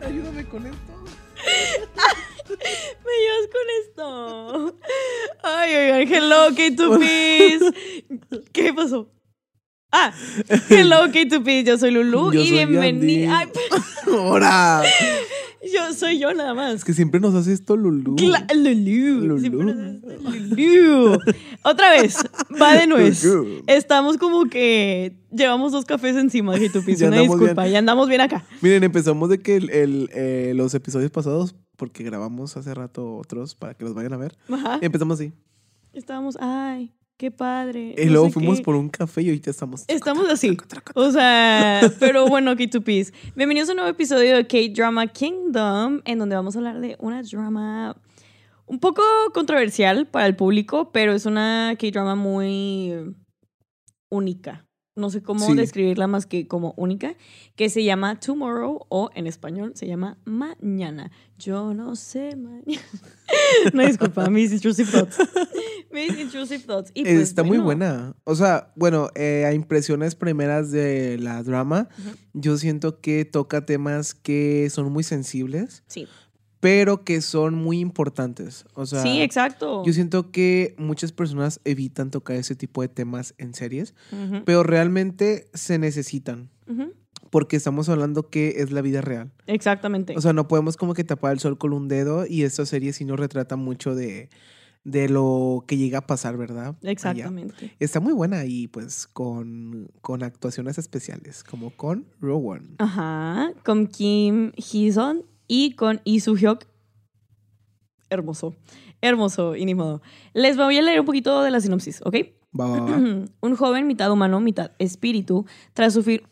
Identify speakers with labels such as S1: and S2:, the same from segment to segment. S1: ayude con esto.
S2: Me ayudas con esto. Ay, oigan, hello, K2Ps. ¿Qué pasó? Ah, hello, K2Ps. Yo soy Lulu
S1: Yo
S2: y
S1: soy
S2: bienvenida. Ay,
S1: Andy. ¡Ahora!
S2: yo soy yo nada más.
S1: Es que siempre nos hace esto, Lulú.
S2: Cla- Lulú.
S1: Lulú.
S2: Siempre nos- Lulú. Otra vez, va de nuez.
S1: Lulú.
S2: Estamos como que llevamos dos cafés encima, K2Ps.
S1: Ya
S2: Una
S1: andamos
S2: disculpa, ya andamos bien acá.
S1: Miren, empezamos de que el- el, eh, los episodios pasados, porque grabamos hace rato otros para que los vayan a ver,
S2: Ajá.
S1: empezamos así.
S2: Estábamos, ay, qué padre.
S1: Y
S2: no
S1: luego
S2: sé
S1: fuimos
S2: qué.
S1: por un café y ahorita estamos.
S2: Estamos así. O sea, pero bueno, K2Ps. Bienvenidos a un nuevo episodio de K-Drama Kingdom, en donde vamos a hablar de una drama un poco controversial para el público, pero es una K-Drama muy única. No sé cómo
S1: Sí.
S2: describirla más que como única, que se llama Tomorrow o en español se llama Mañana. Yo no sé mañana. no, disculpa, mis intrusive thoughts. Mis intrusive thoughts. Y pues,
S1: Está muy
S2: bueno,
S1: buena. O sea, bueno, eh, a impresiones primeras de la drama,
S2: Ujú.
S1: yo siento que toca temas que son muy sensibles,
S2: Sí,
S1: pero que son muy importantes. O sea,
S2: sí, exacto.
S1: yo siento que muchas personas evitan tocar ese tipo de temas en series,
S2: Ujú.
S1: pero realmente se necesitan.
S2: Ujú,
S1: Porque estamos hablando que es la vida real.
S2: Exactamente.
S1: O sea, no podemos como que tapar el sol con un dedo y esta serie sí nos retrata mucho de, de lo que llega a pasar, ¿verdad? Allá.
S2: Exactamente.
S1: Está muy buena y pues con, con actuaciones especiales, como con Rowan.
S2: Ajá. Con Kim Hee-sun y con Lee Soo-hyuk. Hermoso. Hermoso, y ni modo. Les voy a leer un poquito de la sinopsis, ¿ok?
S1: Va, va, va.
S2: Un joven mitad humano, mitad espíritu, tras sufrir...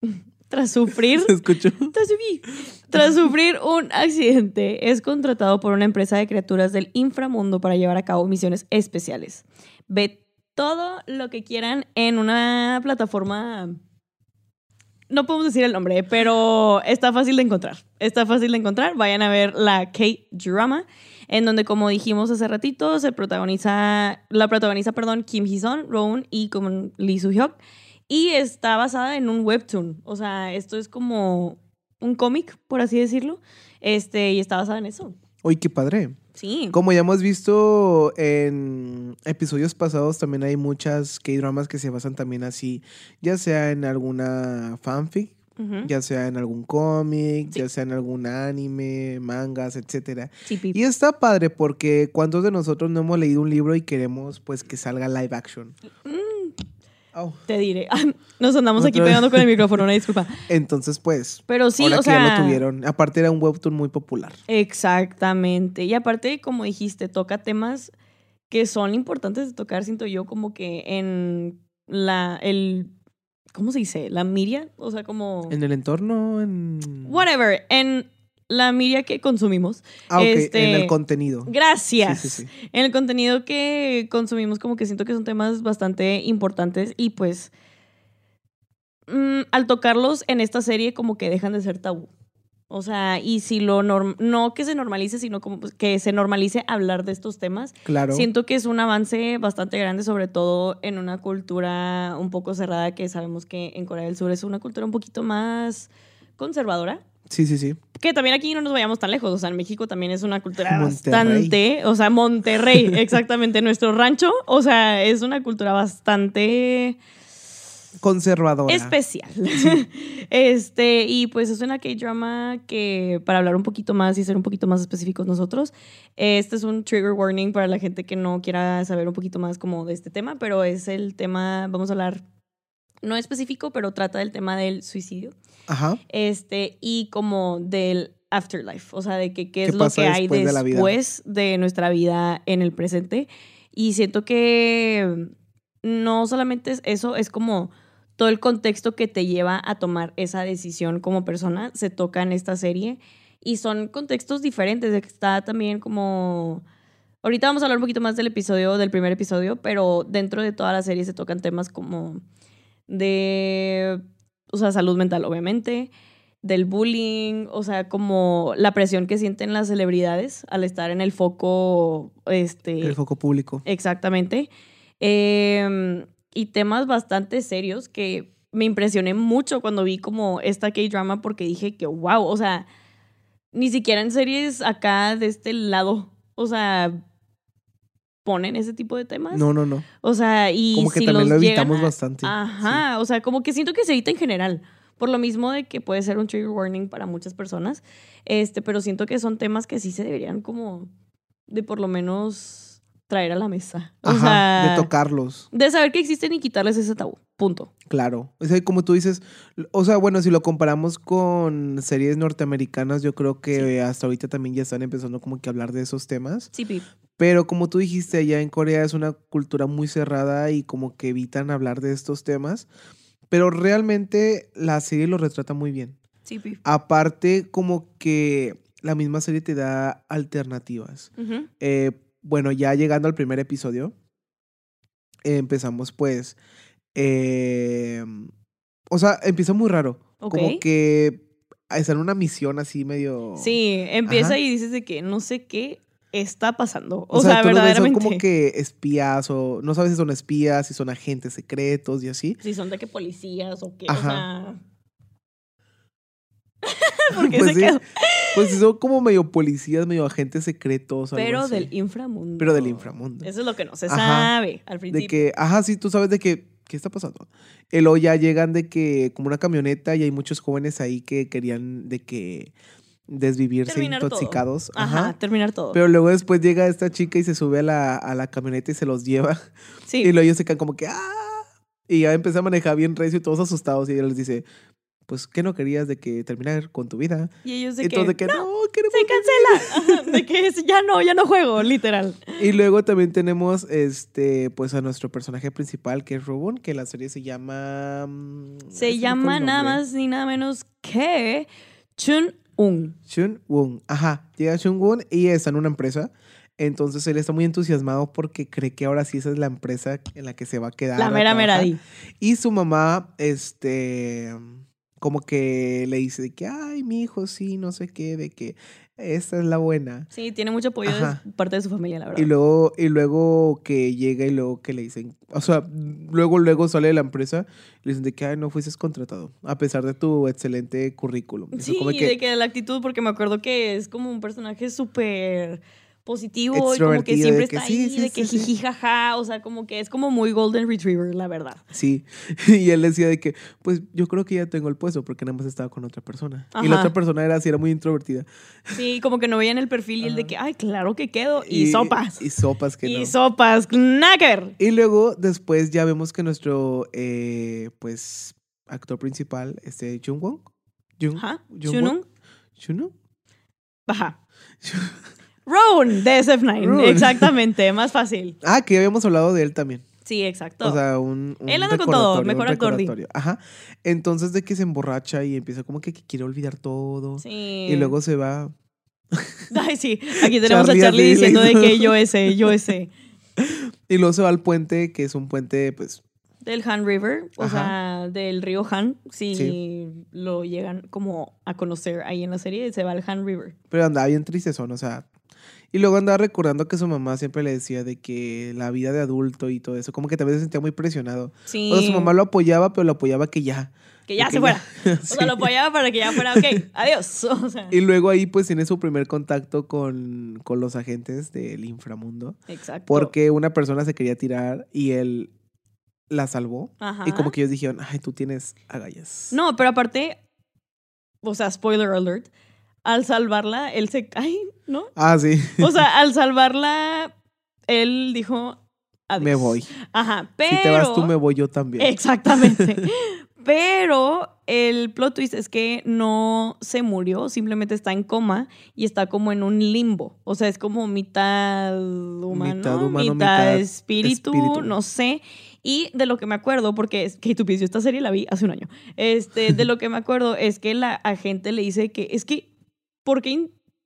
S2: Tras sufrir...
S1: ¿Se escuchó?
S2: Tras sufrir- Tras sufrir un accidente, es contratado por una empresa de criaturas del inframundo para llevar a cabo misiones especiales. Ve todo lo que quieran en una plataforma. No podemos decir el nombre, pero está fácil de encontrar. Está fácil de encontrar. Vayan a ver la K-Drama, en donde, como dijimos hace ratito, se protagoniza, la protagoniza, perdón, Kim Hee-sun, Rowan y como Lee Soo-hyuk. Y está basada en un webtoon. O sea, esto es como un cómic, por así decirlo. Este, y está basada en eso.
S1: Oye, qué padre.
S2: Sí.
S1: Como ya hemos visto en episodios pasados, también hay muchas K-dramas que se basan también así, ya sea en alguna fanfic,
S2: Ujú.
S1: ya sea en algún cómic,
S2: Sí.
S1: ya sea en algún anime, mangas, etcétera.
S2: Sí, pi-
S1: Y está padre porque cuántos de nosotros no hemos leído un libro y queremos pues que salga live action.
S2: Mm.
S1: Oh, Au.
S2: Te diré. Nos andamos aquí
S1: Otra vez.
S2: pegando con el micrófono, una disculpa.
S1: Entonces pues,
S2: Pero sí,
S1: ahora
S2: o
S1: que
S2: sea.
S1: ya lo tuvieron, aparte era un webtoon muy popular.
S2: Exactamente. Y aparte, como dijiste, toca temas que son importantes de tocar, siento yo, como que en la. el ¿Cómo se dice? La miria. O sea, como.
S1: En el entorno, en...
S2: Whatever. En la miria que consumimos.
S1: Ah, ok,
S2: este-
S1: en el contenido.
S2: Gracias.
S1: Sí, sí, sí.
S2: En el contenido que consumimos, como que siento que son temas bastante importantes y pues mm, al tocarlos en esta serie como que dejan de ser tabú. O sea, y si lo norm- no que se normalice, sino como pues, que se normalice hablar de estos temas,
S1: Claro.
S2: siento que es un avance bastante grande, sobre todo en una cultura un poco cerrada que sabemos que en Corea del Sur es una cultura un poquito más conservadora
S1: Sí, sí, sí.
S2: que también aquí no nos vayamos tan lejos, o sea, en México también es una cultura
S1: Monterrey.
S2: bastante, o sea, Monterrey, exactamente, nuestro rancho, o sea, es una cultura bastante
S1: Conservadora.
S2: especial. este, y pues es una K-drama que para hablar un poquito más y ser un poquito más específicos nosotros, este es un trigger warning para la gente que no quiera saber un poquito más como de este tema, pero es el tema, vamos a hablar no específico, pero trata del tema del suicidio
S1: Ajá.
S2: este y como del afterlife, o sea, de que qué
S1: ¿Qué
S2: es lo
S1: pasa
S2: que hay
S1: después de la vida?
S2: después de nuestra vida en el presente. Y siento que mm, no solamente es eso, es como todo el contexto que te lleva a tomar esa decisión como persona se toca en esta serie y son contextos diferentes, de que está también como ahorita vamos a hablar un poquito más del episodio del primer episodio, pero dentro de toda la serie se tocan temas como de o sea, salud mental obviamente, del bullying, o sea, como la presión que sienten las celebridades al estar en el foco este
S1: El foco público.
S2: Exactamente. Eh, y temas bastante serios que me impresioné mucho cuando vi como esta K-drama porque dije que wow, o sea, Ni siquiera en series acá de este lado. O sea, ponen ese tipo de temas.
S1: No, no, no.
S2: O sea, y
S1: Como que
S2: si
S1: también
S2: los
S1: lo
S2: llegan
S1: evitamos
S2: a-
S1: bastante.
S2: Ajá, o sea, como que siento que se edita en general. Por lo mismo de que puede ser un trigger warning para muchas personas. Este, pero siento que son temas que sí se deberían como de por lo menos traer a la mesa. O
S1: Ajá,
S2: sea,
S1: de tocarlos,
S2: de saber que existen y quitarles ese tabú. Punto.
S1: claro. O sea, como tú dices, l- o sea, bueno, si lo comparamos con series norteamericanas, yo creo que
S2: Sí.
S1: hasta ahorita también ya están empezando como que a hablar de esos temas.
S2: Sí, Pip.
S1: Pero como tú dijiste, allá en Corea es una cultura muy cerrada y como que evitan hablar de estos temas. Pero realmente la serie lo retrata muy bien.
S2: Sí, Pip.
S1: Aparte, como que la misma serie te da alternativas. Eh, bueno, ya llegando al primer episodio, eh, empezamos pues... eh, o sea, empieza muy raro. Como
S2: Ok.
S1: que está en una misión así medio...
S2: Sí, empieza
S1: Ajá.
S2: y dices de que no sé qué está pasando. O,
S1: O,
S2: sea,
S1: sea, tú los ves, son
S2: verdaderamente.
S1: como que espías o no sabes si son espías, si son agentes secretos y así.
S2: Si son de que policías o qué.
S1: Ajá.
S2: O sea. ¿Por qué
S1: Pues
S2: se
S1: sí,
S2: quedó?
S1: Pues sí, son como medio policías, medio agentes secretos. algo
S2: Pero
S1: así.
S2: del inframundo.
S1: Pero del inframundo.
S2: Eso es lo que no se
S1: Ajá.
S2: sabe al
S1: De
S2: principio.
S1: que, ajá, sí, tú sabes de que, ¿qué está pasando? El o ya llegan de que, como una camioneta y hay muchos jóvenes ahí que querían de que desvivirse
S2: Terminar todo.
S1: intoxicados.
S2: Ajá,
S1: Ajá.
S2: terminar todo.
S1: Pero luego después llega esta chica y se sube a la, a la camioneta y se los lleva.
S2: sí.
S1: Y luego ellos se quedan como que, ¡ah! Y ya empieza a manejar bien recio y todos asustados. Y ella les dice, pues, ¿qué no querías de que terminar con tu vida?
S2: y
S1: Y
S2: ellos Pues de que,
S1: todos de que, no, queremos
S2: se cancela. Ajá, de que es- ya no, ya no juego, literal.
S1: Y luego también tenemos este pues a nuestro personaje principal que es Rubun, que la serie se llama mm, ay, me
S2: Se
S1: fue
S2: llama
S1: el
S2: nada
S1: nombre.
S2: más ni nada menos que Chun-Un.
S1: Shun Woon. Ajá, llega Shun Woon y está en una empresa. Entonces él está muy entusiasmado porque cree que ahora sí esa es la empresa en la que se va a quedar.
S2: La
S1: a
S2: mera mera
S1: trabajar.
S2: di.
S1: Y su mamá este como que le dice de que ay, mi hijo sí, no sé qué, de que esta es la buena.
S2: Sí, tiene mucho apoyo
S1: Ajá.
S2: de parte de su familia, la verdad.
S1: Y luego, y luego que llega y luego que le dicen, o sea, luego, luego sale de la empresa y le dicen de que "Ay, no fuiste contratado, a pesar de tu excelente currículum. Eso
S2: Sí,
S1: como que-
S2: de que la actitud, porque me acuerdo que es como un personaje súper positivo y como que
S1: Extrovertido,
S2: siempre
S1: de que
S2: está
S1: sí,
S2: ahí,
S1: sí,
S2: de que
S1: sí, sí.
S2: jiji, jaja, o sea, como que es como muy Golden Retriever, la verdad.
S1: Sí, y él decía de que, pues yo creo que ya tengo el puesto porque nada más estaba con otra persona. Y la
S2: Ajá.
S1: otra persona era así, era muy introvertida.
S2: Sí, como que no veían el perfil y el de
S1: Ajá.
S2: que, ay, claro que quedo, Oh, y, sopas.
S1: Y sopas que
S2: Y
S1: no.
S2: sopas, knacker.
S1: Y luego después ya vemos que nuestro, eh, pues, actor principal, este, Jung Wong. Jung,
S2: Ajá.
S1: Jung Wong.
S2: Chunung,
S1: Jung Wong.
S2: baja. Rowan de SF9,
S1: Rowan.
S2: exactamente, más fácil.
S1: Ah, que ya habíamos hablado de él también.
S2: Sí, exacto.
S1: O sea, un. un
S2: Él anda con
S1: recordatorio,
S2: todo,
S1: un
S2: mejor al Gordy.
S1: recordatorio. Ajá. Entonces, de que se emborracha y empieza como que, que quiere olvidar todo.
S2: sí.
S1: Y luego se va.
S2: Ay, sí, aquí tenemos
S1: Charlie
S2: a Charlie
S1: Adele
S2: diciendo de
S1: hizo-
S2: que yo ese, yo ese.
S1: Y luego se va al puente, que es un puente, pues.
S2: Del Han River, o sea, del río Han, si
S1: Sí.
S2: lo llegan como a conocer ahí en la serie, se va al Han River.
S1: Pero andaba bien tristezón, o sea. Y luego andaba recordando que su mamá siempre le decía de que la vida de adulto y todo eso, como que también se sentía muy presionado.
S2: Sí,
S1: O sea, su mamá lo apoyaba, pero lo apoyaba que ya.
S2: que ya
S1: que
S2: se
S1: ya.
S2: fuera. O
S1: Sí.
S2: sea, lo apoyaba para que ya fuera, ok, adiós. O sea,
S1: Y luego ahí pues tiene su primer contacto con, con los agentes del inframundo.
S2: exacto.
S1: Porque una persona se quería tirar y él la salvó.
S2: Ajá.
S1: Y como que ellos dijeron, ay, tú tienes agallas.
S2: No, pero aparte, o sea, spoiler alert, al salvarla, él se... Ay, ¿no?
S1: Ah, sí,
S2: O sea, al salvarla, él dijo, adiós.
S1: me voy.
S2: Ajá, pero...
S1: Si te vas tú, me voy yo también.
S2: Exactamente. Pero el plot twist es que no se murió, simplemente está en coma y está como en un limbo. O sea, es como mitad humano, mitad,
S1: Mitad humano, mitad
S2: espíritu,
S1: espíritu.
S2: no sé. Y de lo que me acuerdo, porque es que tú yo esta serie la vi hace un año. Este, de lo que me acuerdo es que la agente le dice que es que, ¿por qué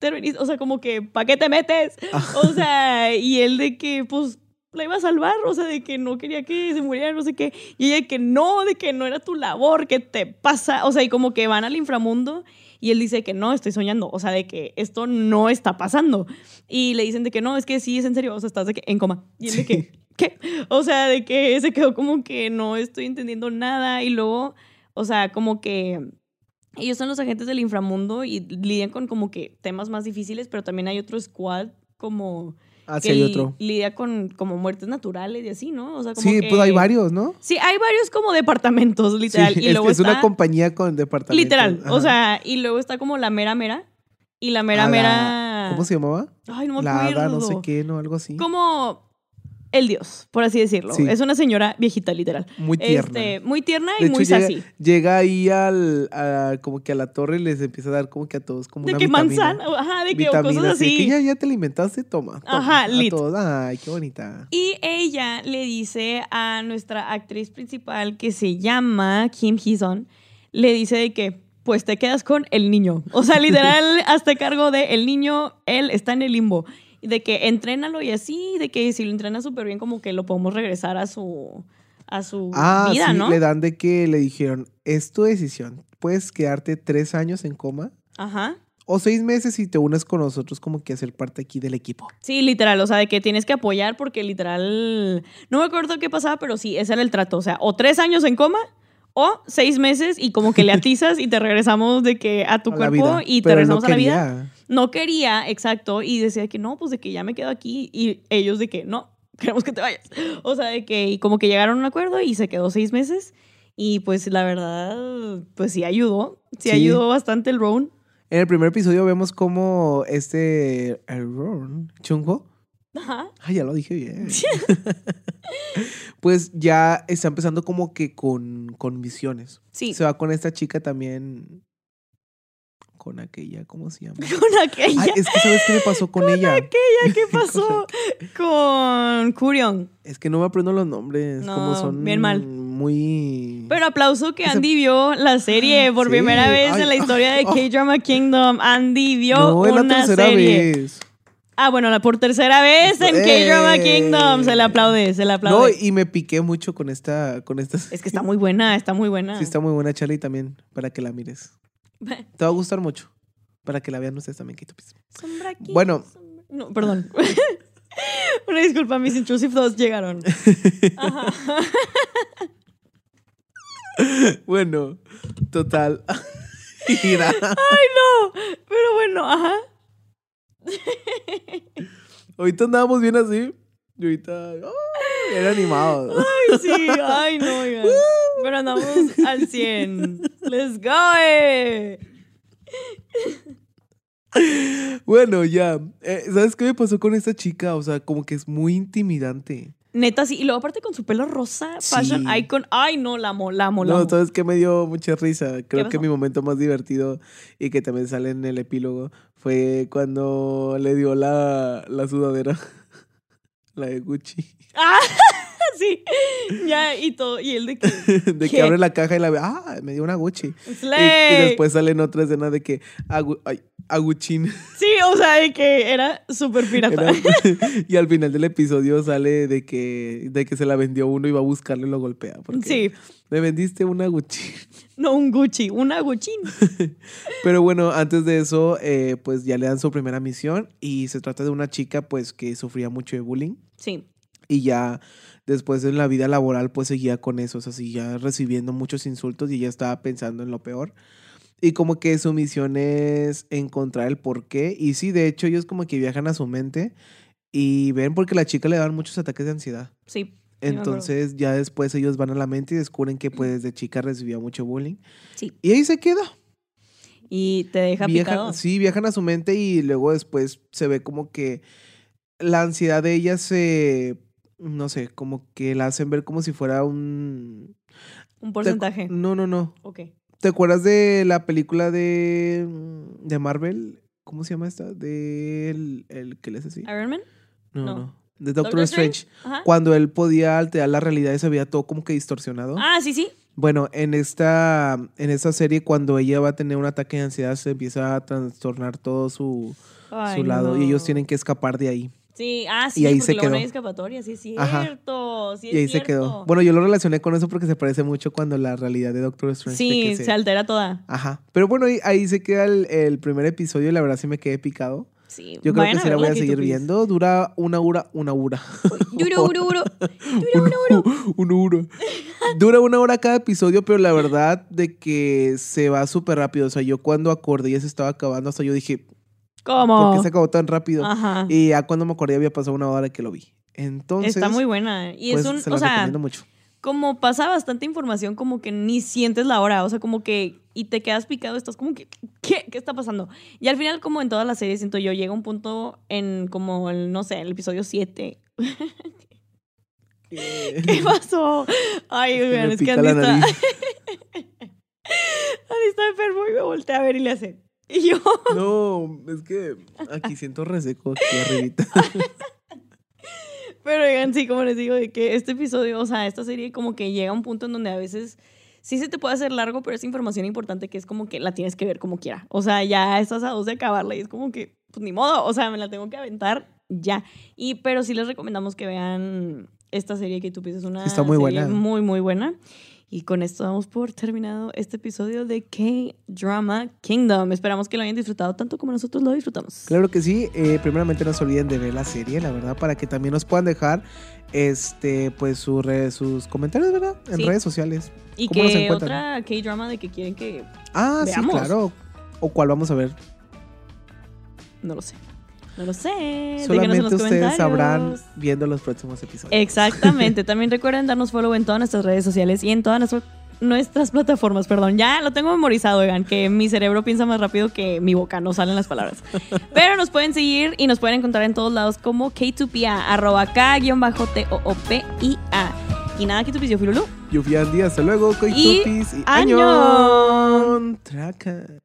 S2: interveniste? O sea, como que, ¿para qué te metes? O sea, y él de que, pues, la iba a salvar, o sea, de que no quería que se muriera, no sé qué. Y ella de que no, de que no era tu labor, que te pasa. O sea, y como que van al inframundo y él dice que no, estoy soñando. O sea, de que esto no está pasando. Y le dicen de que no, es que sí, es en serio, o sea, estás de que en coma. Y él de
S1: Sí.
S2: que, ¿qué? O sea, de que se quedó como que no estoy entendiendo nada. Y luego, o sea, como que Ellos son los agentes del inframundo y lidian con como que temas más difíciles, pero también hay otro squad como
S1: Ah, sí,
S2: que
S1: hay
S2: li-
S1: otro.
S2: lidia con como muertes naturales y así, ¿no? O sea, como
S1: Sí,
S2: que-
S1: pues hay varios, ¿no?
S2: Sí, hay varios como departamentos, literal.
S1: Sí,
S2: y
S1: es,
S2: luego
S1: es
S2: está,
S1: una compañía con departamento.
S2: Literal, o sea, y luego está como la mera mera y la mera mera...
S1: ¿Cómo se llamaba?
S2: Ay, no me
S1: la
S2: acuerdo.
S1: hada, no sé qué, no, algo así.
S2: Como el dios, por así decirlo.
S1: Sí.
S2: Es una señora viejita, literal.
S1: Muy tierna.
S2: Este, muy tierna y
S1: De
S2: muy
S1: hecho, llega-
S2: sassy.
S1: Llega ahí al, a- como que a la torre y les empieza a dar como que a todos como
S2: De
S1: una
S2: que
S1: vitamina.
S2: manzana, ajá, de que o
S1: Vitamina,
S2: cosas
S1: así de
S2: así.
S1: que ya, ya te alimentaste, toma. toma,
S2: Ajá,
S1: a
S2: lit.
S1: todos. Ay, qué bonita.
S2: Y ella le dice a nuestra actriz principal, que se llama Kim Hee-sun, le dice de que, pues te quedas con el niño. O sea, literal, hazte cargo de el niño, él está en el limbo. Y De que entrénalo y así, de que si lo entrenas súper bien, como que lo podemos regresar a su, a su
S1: Ah,
S2: vida,
S1: sí,
S2: ¿no?
S1: le dan de que le dijeron, es tu decisión. Puedes quedarte tres años en coma
S2: Ajá.
S1: o seis meses y te unes con nosotros como que a ser parte aquí del equipo.
S2: Sí, literal, o sea, de que tienes que apoyar porque literal, no me acuerdo qué pasaba, pero sí, ese era el trato, o sea, o tres años en coma o seis meses y como que le atizas y te regresamos de que a tu
S1: A la
S2: cuerpo
S1: vida.
S2: y te
S1: Pero no
S2: regresamos a la vida.
S1: quería.
S2: No quería, exacto, y decía que no, pues de que ya me quedo aquí y ellos de que no, queremos que te vayas. O sea, de que y como que llegaron a un acuerdo y se quedó seis meses y pues la verdad, pues sí ayudó,
S1: Sí.
S2: sí, ayudó bastante el Roan.
S1: En el primer episodio vemos cómo este Aaron Chungo,
S2: Ajá.
S1: ay, ya lo dije bien. pues ya está empezando como que con, con misiones.
S2: Sí,
S1: Se va con esta chica también. Con aquella, ¿cómo se llama?
S2: con aquella.
S1: Ay, es que sabes qué me pasó con, ella.
S2: aquella que pasó con Curion.
S1: Es que no me aprendo los nombres.
S2: No,
S1: como son
S2: bien mal.
S1: muy.
S2: Pero aplauso que
S1: Ese- Ah,
S2: Andy vio la serie por
S1: Sí,
S2: primera vez
S1: ay,
S2: en la historia de
S1: oh.
S2: K-Drama Kingdom. Andy vio
S1: no, es
S2: una
S1: la tercera
S2: serie.
S1: vez.
S2: Ah, bueno, la por tercera vez en
S1: Eh.
S2: K-Drama Kingdom. Se le aplaude, se le
S1: No,
S2: aplaude.
S1: y me piqué mucho con esta. Con esta
S2: Es que está muy buena, está muy buena.
S1: Sí, está muy buena, Charlie, también, para que la mires. Te va a gustar mucho. Para que la vean ustedes también, Keito Pizza.
S2: Sombra aquí,
S1: Bueno.
S2: sombra- No, perdón. Una disculpa, mis intrusive 2 llegaron. Ajá.
S1: Bueno, total. Mira.
S2: Pero bueno, ajá.
S1: Ahorita andábamos bien así. Y ahorita. ah, era animado.
S2: Ay, sí, ay, no, oigan.
S1: Uh.
S2: Pero andamos al 100. ¡Let's go! eh.
S1: Bueno, ya. Eh, ¿Sabes qué me pasó con esta chica? O sea, como que es muy intimidante.
S2: Neta, sí. Y luego, aparte, con su pelo rosa,
S1: Sí.
S2: fashion icon. Ay, no, la amo, la amo, la
S1: No,
S2: amo.
S1: ¿sabes qué me dio mucha risa? Creo
S2: pasó?
S1: que mi momento más divertido y que también sale en el epílogo fue cuando le dio la, la sudadera. La de Gucci.
S2: Ah, sí. Ya, y todo. Y el de que.
S1: De
S2: ¿Qué?
S1: que abre la caja y la ve. ¡Ah! Me dio una Gucci. Y,
S2: Slay.
S1: y después sale en otra escena de que. Agu, ay, Aguchín.
S2: Sí, o sea, de que era súper pirata.
S1: Era- y al final del episodio sale de que, de que se la vendió uno y va a buscarlo y lo golpea. Porque
S2: Sí,
S1: Me vendiste una Gucci.
S2: no un Gucci, una Gucci.
S1: Pero bueno, antes de eso, eh, pues ya le dan su primera misión y se trata de una chica pues que sufría mucho de bullying
S2: Sí,
S1: y ya después en la vida laboral pues seguía con eso, o sea, seguía recibiendo muchos insultos y ella estaba pensando en lo peor. Y como que su misión es encontrar el porqué y sí, de hecho ellos como que viajan a su mente y ven porque a la chica le dan muchos ataques de ansiedad.
S2: sí. me acuerdo.
S1: Entonces ya después ellos van a la mente y descubren que pues de chica recibía mucho bullying.
S2: Sí.
S1: Y ahí se queda.
S2: Y te deja
S1: Viajan-
S2: picado.
S1: sí, viajan a su mente y luego después se ve como que la ansiedad de ella se, no sé, como que la hacen ver como si fuera un... ¿Te
S2: Un
S1: acu-
S2: porcentaje.
S1: No, no, no.
S2: Ok.
S1: ¿Te acuerdas de la película de, mm, de Marvel? ¿Cómo se llama esta? De el, el que le hace así.
S2: Iron Man.
S1: No,
S2: Ah, no.
S1: no. De Doctor, Strange.
S2: Ajá.
S1: Cuando él podía alterar la realidad y se veía todo como que distorsionado.
S2: Ah, sí, sí.
S1: Bueno, en esta, en esta serie, cuando ella va a tener un ataque de ansiedad, se empieza a trastornar todo su,
S2: Ay,
S1: su lado y ellos
S2: no.
S1: tienen que escapar de ahí.
S2: Sí, ah, sí,
S1: Y ahí
S2: porque
S1: se
S2: luego no
S1: quedó.
S2: hay escapatoria, sí es
S1: Ajá.
S2: cierto, sí es
S1: y ahí
S2: cierto.
S1: se quedó. Bueno, yo lo relacioné con eso porque se parece mucho cuando la realidad de Doctor Strange. de
S2: sí,
S1: pues, este, que
S2: se...
S1: se-
S2: altera toda.
S1: Ajá. Pero bueno, ahí, ahí se queda el, el primer episodio y la verdad sí me quedé picado.
S2: Sí,
S1: Yo creo
S2: vayan
S1: que sí la voy
S2: verla,
S1: a seguir
S2: K2Ps.
S1: viendo. Dura una hora, una hora.
S2: Duro, duro, duro. Duro,
S1: Una
S2: duro, duro.
S1: hora. Dura una hora cada episodio, pero la verdad de que se va súper rápido. O sea, yo cuando acordé ya se estaba acabando, hasta yo dije, ¿por
S2: ¿Cómo?
S1: qué se acabó tan rápido?
S2: Oh. Ajá.
S1: Y ya cuando me acordé había pasado una hora que lo vi. Entonces,
S2: Está muy buena. Y
S1: pues,
S2: es un,
S1: se
S2: o
S1: las
S2: sea,
S1: recomiendo mucho.
S2: como pasa bastante información, como que ni sientes la hora, o sea, como que y te quedas picado, estás como que ¿qué, ¿Qué está pasando? Y al final como en todas las series siento yo llega un punto en como el no sé, el episodio 7. ¿Qué pasó? Ay,
S1: Es que
S2: vean,
S1: Eh, me
S2: es que
S1: pica la
S2: Andy está,
S1: nariz.
S2: Andy está enfermo y me voltea a ver y le hace. Y yo
S1: No, es que aquí siento reseco aquí arribita.
S2: Pero oigan, sí, como les digo, de que este episodio, o sea, esta serie como que llega a un punto en donde a veces sí se te puede hacer largo, pero es información importante que es como que la tienes que ver como quiera. O sea, ya estás a dos de acabarla y es como que, pues ni modo, o sea, me la tengo que aventar ya. Y, pero sí les recomendamos que vean esta serie que tú piensas una
S1: Está muy
S2: serie
S1: buena.
S2: muy, muy buena. Y con esto damos por terminado este episodio de K-Drama Kingdom. Esperamos que lo hayan disfrutado tanto como nosotros lo disfrutamos.
S1: Claro que sí. eh, primeramente no se olviden de ver la serie, la verdad, para que también nos puedan dejar este, pues sus redes- sus comentarios, ¿verdad? En
S2: Sí.
S1: redes sociales.
S2: Y
S1: ¿Cómo nos
S2: que
S1: encuentran?
S2: otra K-Drama de que quieren que
S1: Ah,
S2: Veamos.
S1: sí, claro. O cuál vamos a ver.
S2: No lo sé. No lo sé. Díganos Eh, en
S1: Solamente
S2: los
S1: ustedes
S2: comentarios.
S1: sabrán viendo los próximos episodios.
S2: Exactamente. También recuerden darnos follow en todas nuestras redes sociales y en todas nuestras nuestras plataformas, perdón, ya lo tengo memorizado, oigan, que mi cerebro piensa más rápido que mi boca, no salen las palabras. Pero nos pueden seguir y nos pueden encontrar en todos lados como K2PIA, arroba K-T-O-O-P-I-A. Y nada, K2PIA, yo fui Lulu.
S1: Yo fui Andy, hasta luego,
S2: Y
S1: coitupis y,
S2: añón.
S1: Traca.